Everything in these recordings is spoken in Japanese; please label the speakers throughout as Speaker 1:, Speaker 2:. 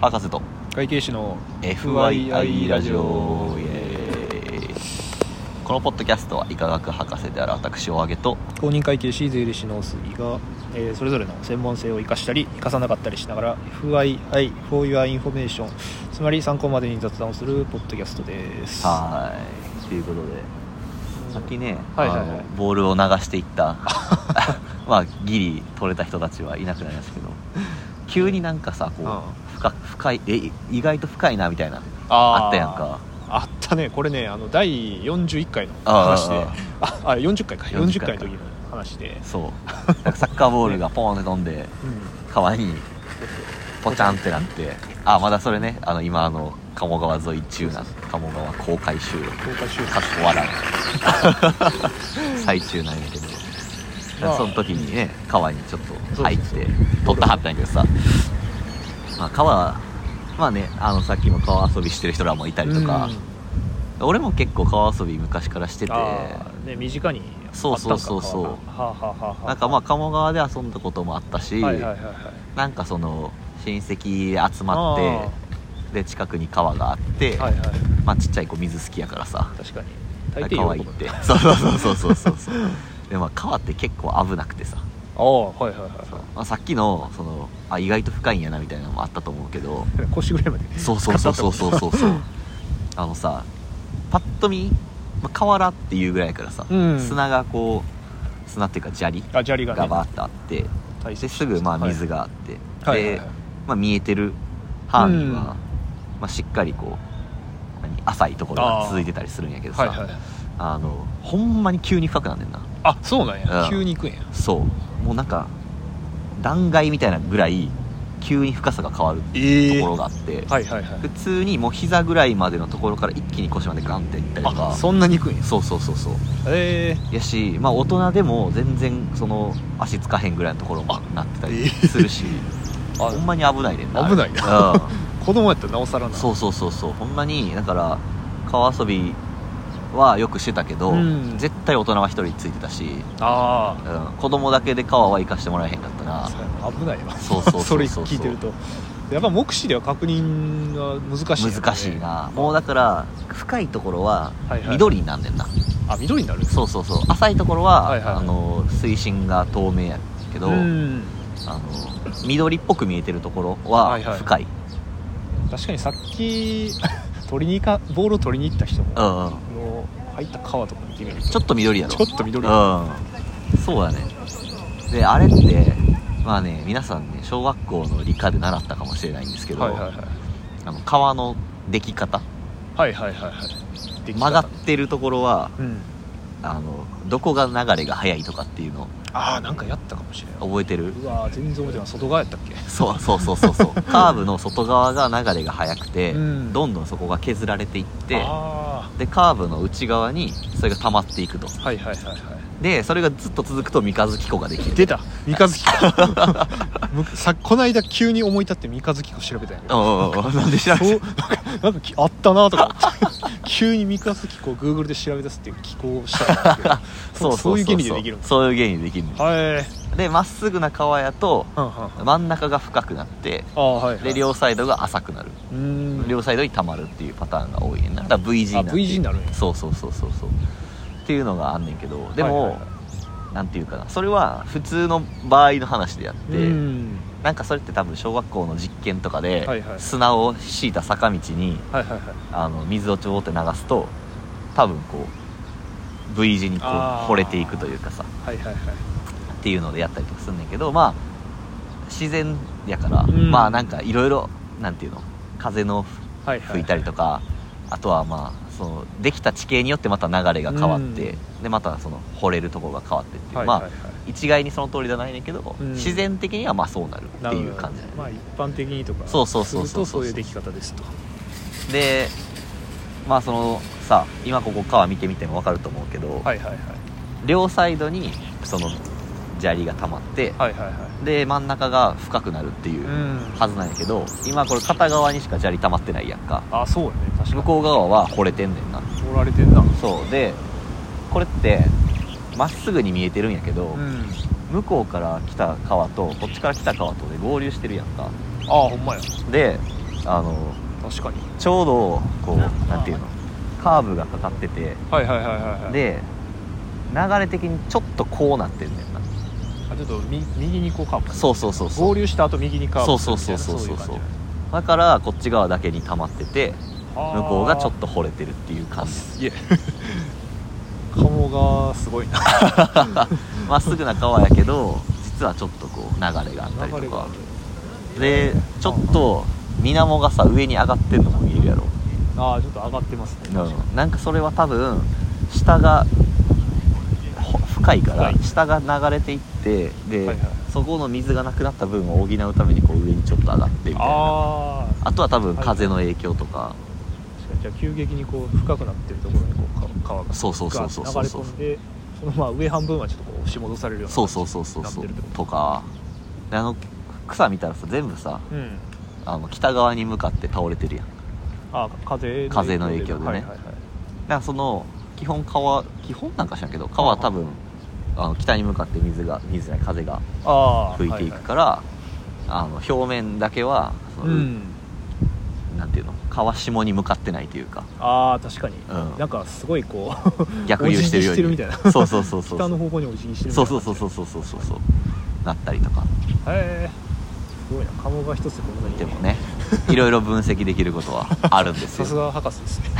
Speaker 1: 博士と
Speaker 2: 会計士の
Speaker 1: FYI ラジオイエーイこのポッドキャストは医科学博士である私をあげと
Speaker 2: 公認会計士税理士の杉が、えーそれぞれの専門性を生かしたり生かさなかったりしながら FII for your information つまり参考までに雑談をするポッドキャストです
Speaker 1: はーいということでさっきね、
Speaker 2: はいはいはい
Speaker 1: あのボールを流していった まあギリ取れた人たちはいなくなりますけど急になんかさこう、
Speaker 2: うん
Speaker 1: 深深いえ意外と深いなみたいな
Speaker 2: あー
Speaker 1: あったやんか
Speaker 2: あったねこれねあの第41回の話で
Speaker 1: あ
Speaker 2: ああ40回か
Speaker 1: 40
Speaker 2: 40
Speaker 1: 回
Speaker 2: 回
Speaker 1: か
Speaker 2: の時の話で、
Speaker 1: そうなんかサッカーボールがポーンって飛んで川にポチャンってなってあまだそれねあの今あの鴨川沿い中な鴨川公開収録
Speaker 2: 公開収
Speaker 1: かっ
Speaker 2: 穫
Speaker 1: こ笑 う最中なんやけど、
Speaker 2: まあ
Speaker 1: その時にね川にちょっと
Speaker 2: そう
Speaker 1: 入っ
Speaker 2: そうそう
Speaker 1: て撮ったはったんやけどさ、まあ、川まあねあのさっきも川遊びしてる人らもいたりとか、俺も結構川遊び昔からしてて
Speaker 2: あーね身近にあったん
Speaker 1: そうそうそうそう
Speaker 2: かはあはあはあはあ
Speaker 1: なんかまあ鴨川で遊んだこともあったし、
Speaker 2: はいはいはいはい
Speaker 1: なんかその親戚集まってで近くに川があって、
Speaker 2: はいはい
Speaker 1: まあちっちゃい子水好きやからさ
Speaker 2: 確かに
Speaker 1: 川行って そうそうそうそうそうそうでもまあ川って結構危なくてさ、
Speaker 2: ああはいはいはい
Speaker 1: そうまあ、さっきのそのあ意外と深いんやなみたいなのもあったと思うけど
Speaker 2: 腰ぐらいまで
Speaker 1: そうそうそうそうそう そうそううあのさパッと見、まあ、河原っていうぐらいやからさ、
Speaker 2: うん
Speaker 1: 砂がこう砂っていうか砂利
Speaker 2: あ砂利がね
Speaker 1: がバーってあって
Speaker 2: 堆
Speaker 1: ですぐまあ水があって、
Speaker 2: はい
Speaker 1: で、
Speaker 2: はいはいはい
Speaker 1: まあ、見えてる範囲は、
Speaker 2: うん
Speaker 1: まあ、しっかりこう何浅いところが続いてたりするんやけどさ
Speaker 2: は
Speaker 1: あ,、
Speaker 2: いはい
Speaker 1: のほんまに急に深くなんねんな
Speaker 2: あそうなん
Speaker 1: うん
Speaker 2: や急に行くんや
Speaker 1: そうもうなんか断崖みたいなぐらい急に深さが変わる
Speaker 2: え
Speaker 1: ところがあって、
Speaker 2: はいはいはい
Speaker 1: 普通にもう膝ぐらいまでのところから一気に腰までガンっていったりと
Speaker 2: あ
Speaker 1: か
Speaker 2: そんなに行くんや
Speaker 1: そうそうそうそう
Speaker 2: え
Speaker 1: やし、まあ、大人でも全然その足つかへんぐらいのところもなってた
Speaker 2: え
Speaker 1: り
Speaker 2: ー
Speaker 1: するし、
Speaker 2: あ
Speaker 1: ほんまに危ないねんなあれ
Speaker 2: 危ないな
Speaker 1: うん
Speaker 2: ー子供やったらなおさらな
Speaker 1: そうそうそうそうほんまにだから川遊びはよくしてたけど、
Speaker 2: うん
Speaker 1: 絶対大人は一人ついてたし、
Speaker 2: ああ
Speaker 1: うん、子供だけで川は行かしてもらえへんかったな
Speaker 2: 危ないわ
Speaker 1: そう そうそうそう
Speaker 2: れ聞いてるとやっぱ目視では確認は難しいんやろね
Speaker 1: 難しいなもうだから深いところは
Speaker 2: はいはい
Speaker 1: 緑になんねんな、
Speaker 2: あ緑になる
Speaker 1: そうそうそう浅いところは,、
Speaker 2: はいはいはい
Speaker 1: あの水深が透明やけど、
Speaker 2: ん
Speaker 1: あの緑っぽく見えてるところは
Speaker 2: はいはい
Speaker 1: 深い、
Speaker 2: 確かにさっき 取りに行かボールを取りに行った人も
Speaker 1: うんうん
Speaker 2: の入った川とか見てみると
Speaker 1: ちょっと緑やろ
Speaker 2: ちょっと緑
Speaker 1: うんそうやねであれってまあね皆さんね小学校の理科で習ったかもしれないんですけど、
Speaker 2: はいはいはい
Speaker 1: あの川のでき方
Speaker 2: はいはいはいはいできた
Speaker 1: 曲がってるところは
Speaker 2: うん
Speaker 1: あのどこが流れが速いとかっていうの
Speaker 2: ああなんかやったかもしれない
Speaker 1: 覚えてる
Speaker 2: うわー全然覚えてない外側やったっけ
Speaker 1: そうそうそうそうそう カーブの外側が流れが速くて、
Speaker 2: うん
Speaker 1: どんどんそこが削られていって
Speaker 2: あ
Speaker 1: でカーブの内側にそれが溜まっていくと
Speaker 2: あはいはいはいはい
Speaker 1: でそれがずっと続くと三日月湖ができる
Speaker 2: 出た三日 月かむさこの間急に思い立って三日月か調べたんやけ
Speaker 1: う
Speaker 2: ど
Speaker 1: んうんうんなんで知らん
Speaker 2: そうなんかなんかきあったなとか 思って急に三日月こう Google で調べ出すっていう機構をしたんだけど そうそういう原理でできるんだ
Speaker 1: そういう原理でできるんだ
Speaker 2: はい
Speaker 1: でまっすぐな川やと
Speaker 2: はんはんはん
Speaker 1: 真ん中が深くなって
Speaker 2: ああはいはい
Speaker 1: で両サイドが浅くなる、
Speaker 2: うーん
Speaker 1: 両サイドに溜まるっていうパターンが多いねんなだから V 字
Speaker 2: あ
Speaker 1: になる
Speaker 2: V 字になるんや
Speaker 1: そうそうそうそうそうっていうのがあんねんけどでも、
Speaker 2: はいはいは
Speaker 1: なんていうかなそれは普通の場合の話であって、
Speaker 2: いうん
Speaker 1: なんかそれって多分小学校の実験とかで、
Speaker 2: はいはい
Speaker 1: 砂を敷いた坂道に
Speaker 2: はいはいはい
Speaker 1: あの水をちょぼって流すと多分こう V 字にこう
Speaker 2: あー
Speaker 1: 惚れていくというかさ
Speaker 2: はいはいはい
Speaker 1: っていうのでやったりとかするんだけどまあ自然やから、
Speaker 2: うん
Speaker 1: まあなんかいろいろなんていうの風の
Speaker 2: はいは
Speaker 1: 吹いたりとか、あとはまあそのできた地形によってまた流れが変わって、でまたその掘れるところが変わってっていう、
Speaker 2: はい
Speaker 1: ま
Speaker 2: は
Speaker 1: あ
Speaker 2: いはい
Speaker 1: 一概にその通りじゃないねんけど、
Speaker 2: うん
Speaker 1: 自然的にはまあそうなる
Speaker 2: な
Speaker 1: って
Speaker 2: るほ
Speaker 1: い
Speaker 2: ど
Speaker 1: う感じだね
Speaker 2: まあ一般的にとか
Speaker 1: そうそうそう
Speaker 2: する
Speaker 1: そう
Speaker 2: と
Speaker 1: そ
Speaker 2: そうういう出来方ですと
Speaker 1: でまあそのさ今ここ川見てみても分かると思うけど、
Speaker 2: はいはいはい
Speaker 1: 両サイドにその砂利が溜まって、
Speaker 2: はいはいはい
Speaker 1: で真ん中が深くなるっていううんはずなんやけど、今これ片側にしか砂利溜まってないやんか
Speaker 2: あそうやね確
Speaker 1: 向
Speaker 2: かに
Speaker 1: こう側は掘れてんねんな
Speaker 2: おられてんな
Speaker 1: そうでこれってまっすぐに見えてるんやけど、
Speaker 2: うん
Speaker 1: 向こうから来た川とこっちから来た川とで合流してるやんか
Speaker 2: ああほんまや
Speaker 1: であの
Speaker 2: 確かに
Speaker 1: ちょうどこうなんていうのカーブがかかってて
Speaker 2: はいはいはいはいはい
Speaker 1: で流れ的にちょっとこうなってんねんな
Speaker 2: あちょっとみ右にこうカーブ
Speaker 1: そうそうそうそ
Speaker 2: 合
Speaker 1: う
Speaker 2: 流した後右にカーブするみたいな
Speaker 1: そうそうそうそうそう
Speaker 2: い感じ
Speaker 1: だからこっち側だけに溜まってて
Speaker 2: あー
Speaker 1: 向こうがちょっと惚れてるっていう感じ
Speaker 2: すげえ鴨がすごいな
Speaker 1: まっすぐな川やけど実はちょっとこう流れがあったり
Speaker 2: 流
Speaker 1: と
Speaker 2: れが
Speaker 1: か
Speaker 2: ある
Speaker 1: でちょっと水面がさ上に上がってんのも見えるやろ、
Speaker 2: ああちょっと上がってますね
Speaker 1: うん、なんかそれは多分下がほ深いから
Speaker 2: 深い
Speaker 1: 下が流れていってで、
Speaker 2: はいはい
Speaker 1: そこの水がなくなった分を補うためにこう上にちょっと上がってみたいな
Speaker 2: ああ
Speaker 1: あとは多分風の影響とか、
Speaker 2: 確かにじゃあ急激にこう深くなってるところにこうか川が
Speaker 1: そうそうそうそうそう
Speaker 2: ガーッと流れ込んでそのまあ上半分はちょっとこう押し戻されるような
Speaker 1: そうそうそうそうそ
Speaker 2: な
Speaker 1: う
Speaker 2: ってるってこと
Speaker 1: かであの草見たらさ全部さ
Speaker 2: うん
Speaker 1: あの北側に向かって倒れてるやん
Speaker 2: あー風
Speaker 1: 風の影響でね
Speaker 2: はいはいはい
Speaker 1: だからその基本川基本なんかしらんけど川は多分あの北に向かって水が水じゃない風が
Speaker 2: ああ
Speaker 1: 吹いていく
Speaker 2: ら
Speaker 1: から、あの表面だけはその、
Speaker 2: うん
Speaker 1: なんていうの川下に向かってないというか
Speaker 2: ああ確かに
Speaker 1: うん
Speaker 2: なんかすごいこう
Speaker 1: 逆流してるように
Speaker 2: お辞儀みたいな
Speaker 1: そうそうそうそう
Speaker 2: 北の方向にお辞儀してるみた
Speaker 1: そ
Speaker 2: いうな
Speaker 1: そうそうそうそうそうそうそうなったりとか
Speaker 2: へえすごいな鴨が一つこんなに
Speaker 1: でも ねいろいろ分析できることはあるんです
Speaker 2: さ
Speaker 1: よ
Speaker 2: すが博士ですね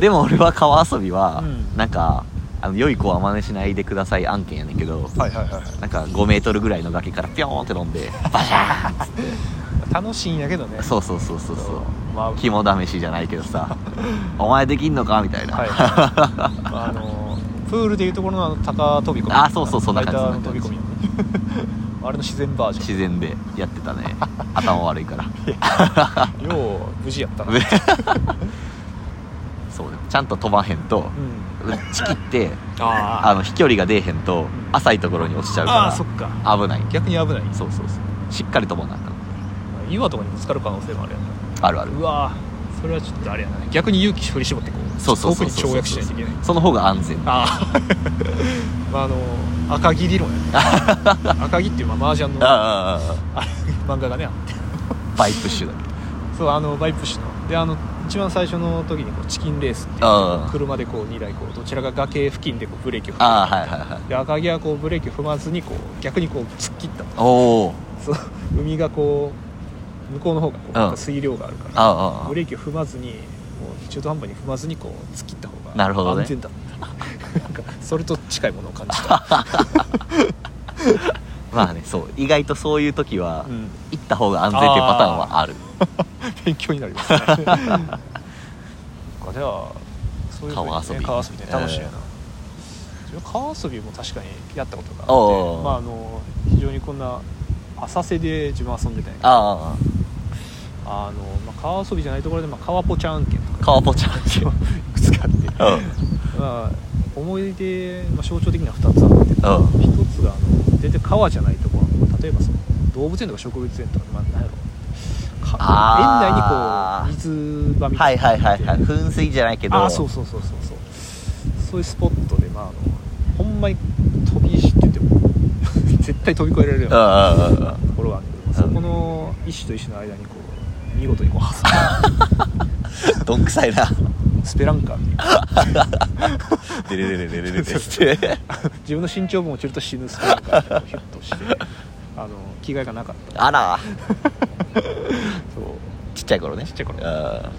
Speaker 1: でも俺は川遊びは、
Speaker 2: うん
Speaker 1: なんかあの良い子は真似しないでください案件やねんけど、
Speaker 2: はいはいはいはい
Speaker 1: なんか5メートルぐらいの崖からピョーンって飲んでバシャーンっつって
Speaker 2: 楽しいんやけどね
Speaker 1: そうそうそうそうそう
Speaker 2: まあ
Speaker 1: 肝試しじゃないけど さお前できんのかみたいな、
Speaker 2: はいあのプールでいうところのあの高飛び込み
Speaker 1: あそうそうそんな感じ
Speaker 2: ライターの飛び 込みあれの自然バージョ
Speaker 1: 自然でやってたね頭悪いから
Speaker 2: ンよう無事やったな、
Speaker 1: ね そうねちゃんと飛ばへんと
Speaker 2: うん、
Speaker 1: ちきって
Speaker 2: あ
Speaker 1: あの飛距離が出えへんと浅いところに落ちちゃう
Speaker 2: あーそっ
Speaker 1: か
Speaker 2: から
Speaker 1: 危ない
Speaker 2: 逆に危ない
Speaker 1: そうそうそうしっかり飛ばなあかん
Speaker 2: 岩とかにぶつかる可能性もあるやんな
Speaker 1: あるある
Speaker 2: うわーそれはちょっとあれやな逆に勇気振り絞ってこう
Speaker 1: そうそうそう
Speaker 2: 遠
Speaker 1: そ
Speaker 2: く
Speaker 1: う
Speaker 2: に跳躍しないといけない
Speaker 1: その方が安全
Speaker 2: ああ まああの赤城理論やね赤城っていうまあ麻雀のあ
Speaker 1: ああ
Speaker 2: れ漫画がねあって
Speaker 1: バイプッシュだ
Speaker 2: そうあのバイプッシュのであの一番最初の時にこうチキンレースっていう
Speaker 1: ああ
Speaker 2: 車でこう2台こうどちらが崖付近でこうブレーキを踏む
Speaker 1: ああはいはいはい
Speaker 2: で赤城はこうブレーキを踏まずにこう逆にこう突っ切ったと
Speaker 1: おお
Speaker 2: そう海がこう向こうの方がこう
Speaker 1: うん
Speaker 2: なんか水量があるから
Speaker 1: あああ
Speaker 2: ブレーキを踏まずにこう中途半端に踏まずにこう突っ切った方が
Speaker 1: なるほどね
Speaker 2: 安全だ ってなんかそれと近いものを感じ た、
Speaker 1: あまあねそう意外とそういう時は
Speaker 2: うん、
Speaker 1: 行った方が安全っていうパターンはある
Speaker 2: 勉強になり ますねそっかではそういうふう
Speaker 1: 川
Speaker 2: に
Speaker 1: 遊び
Speaker 2: ね川遊びね楽しいよな、川遊びも確かにやったことがあっ
Speaker 1: お
Speaker 2: て
Speaker 1: う
Speaker 2: まああの非常にこんな浅瀬で自分遊んでたんやけど
Speaker 1: ああ
Speaker 2: あの、まあ、川遊びじゃないところで、まあ、川ポチャン券とか
Speaker 1: 川ポチャン
Speaker 2: いくつかあって、
Speaker 1: うん
Speaker 2: まあ、思い出、まあ、象徴的な2つあって
Speaker 1: うん
Speaker 2: 一つがあの全然川じゃないところの例えばその動物園とか植物園とか、まあ、何やろか
Speaker 1: あー
Speaker 2: 園内にこう水場みた
Speaker 1: はいい
Speaker 2: な
Speaker 1: はい
Speaker 2: のがあ
Speaker 1: は
Speaker 2: って
Speaker 1: いはい噴水じゃないけど
Speaker 2: あーそうそうそうそうそうそういうスポットで、まあ、あのほんまに飛び石って言っても 絶対飛び越えられるよう
Speaker 1: う
Speaker 2: なん
Speaker 1: うんうんうん
Speaker 2: ところがあるんだけど、
Speaker 1: うん
Speaker 2: そこの石と石の間にこう見事にこう挟
Speaker 1: どんくさいな
Speaker 2: むスペランカーみたいな
Speaker 1: デレデレデレデレって
Speaker 2: 自分の身長分落ちると死ぬスペランカーをヒュッとしてあの着替えがなかっ た
Speaker 1: あら
Speaker 2: そう
Speaker 1: ちっちゃい頃ね
Speaker 2: ちっちゃい頃
Speaker 1: あ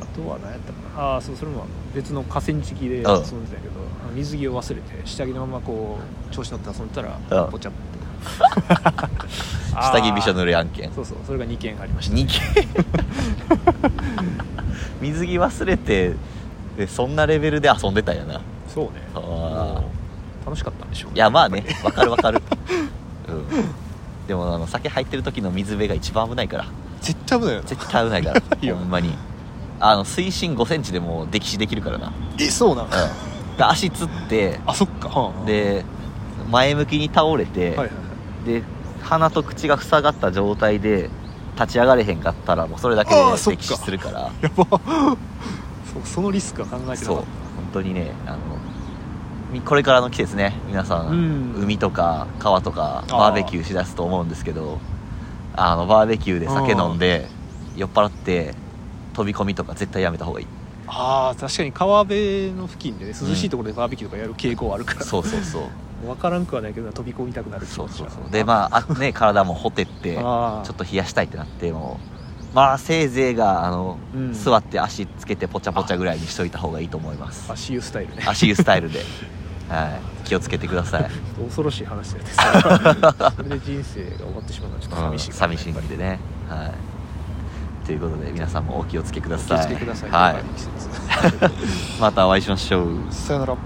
Speaker 2: あとは何やったかなああーそうそれも別の河川敷で遊んで
Speaker 1: ん
Speaker 2: たんやけど、あの水着を忘れて下着のままこう調子乗って遊んでたら、
Speaker 1: うん
Speaker 2: ポチャって
Speaker 1: ー下着びしょ
Speaker 2: の
Speaker 1: 濡れ案件
Speaker 2: そうそうそれが2件ありました
Speaker 1: 二件 水着忘れてでそんなレベルで遊んでたんやない
Speaker 2: そうね
Speaker 1: あー
Speaker 2: もう楽しかったんでしょうね
Speaker 1: やま あねわかるわかる、うん、でもあの酒入ってる時の水辺が一番危ないから
Speaker 2: 絶対危ないよな
Speaker 1: 絶対危ないから
Speaker 2: いよ
Speaker 1: ほんまにあの水深5センチでもう溺死できるからな、うん、
Speaker 2: えそうなの
Speaker 1: で足つって
Speaker 2: あそっか、はあ、
Speaker 1: で前向きに倒れて、
Speaker 2: はいはいはい
Speaker 1: で鼻と口が塞がった状態で立ち上がれへんかったらもうそれだけで
Speaker 2: あーそっ
Speaker 1: 溺
Speaker 2: か
Speaker 1: 死するから
Speaker 2: やば そうそのリスクは考えてな
Speaker 1: そう
Speaker 2: か
Speaker 1: 本
Speaker 2: っ
Speaker 1: 当にねあのみこれからの季節ね皆さん、
Speaker 2: うん
Speaker 1: 海とか川とか
Speaker 2: あー
Speaker 1: バーベキューしだすと思うんですけどあのバーベキューで酒飲んで酔っ払って飛び込みとか絶対やめた方がいい
Speaker 2: ああ確かに川辺の付近でね涼しいところでバーベキューとかやる傾向はあるから、
Speaker 1: そうそうそう
Speaker 2: 分からんくはないけど飛び込みたくなる気
Speaker 1: そ
Speaker 2: 持
Speaker 1: う
Speaker 2: ち
Speaker 1: そ
Speaker 2: は
Speaker 1: うそうでまああね体もほてってちょ
Speaker 2: あー
Speaker 1: っと冷やしたいってなってもまあせいぜいがあの、
Speaker 2: うん
Speaker 1: 座って足つけてポチャポチャぐらいにしといた方がいいと思います
Speaker 2: 足湯スタイルね
Speaker 1: 足湯スタイル で、はい、気をつけてください、
Speaker 2: 恐ろしい話 だよねそれそれで人生が終わってしまうのはちょっと
Speaker 1: うん
Speaker 2: 寂しいからね、
Speaker 1: 寂しいん
Speaker 2: やっぱり
Speaker 1: でねはいということで皆さんもお気をつけくだ
Speaker 2: 気を
Speaker 1: さい
Speaker 2: つけください、
Speaker 1: は
Speaker 2: やっぱり季節
Speaker 1: い、またお会いしましょう
Speaker 2: さよなら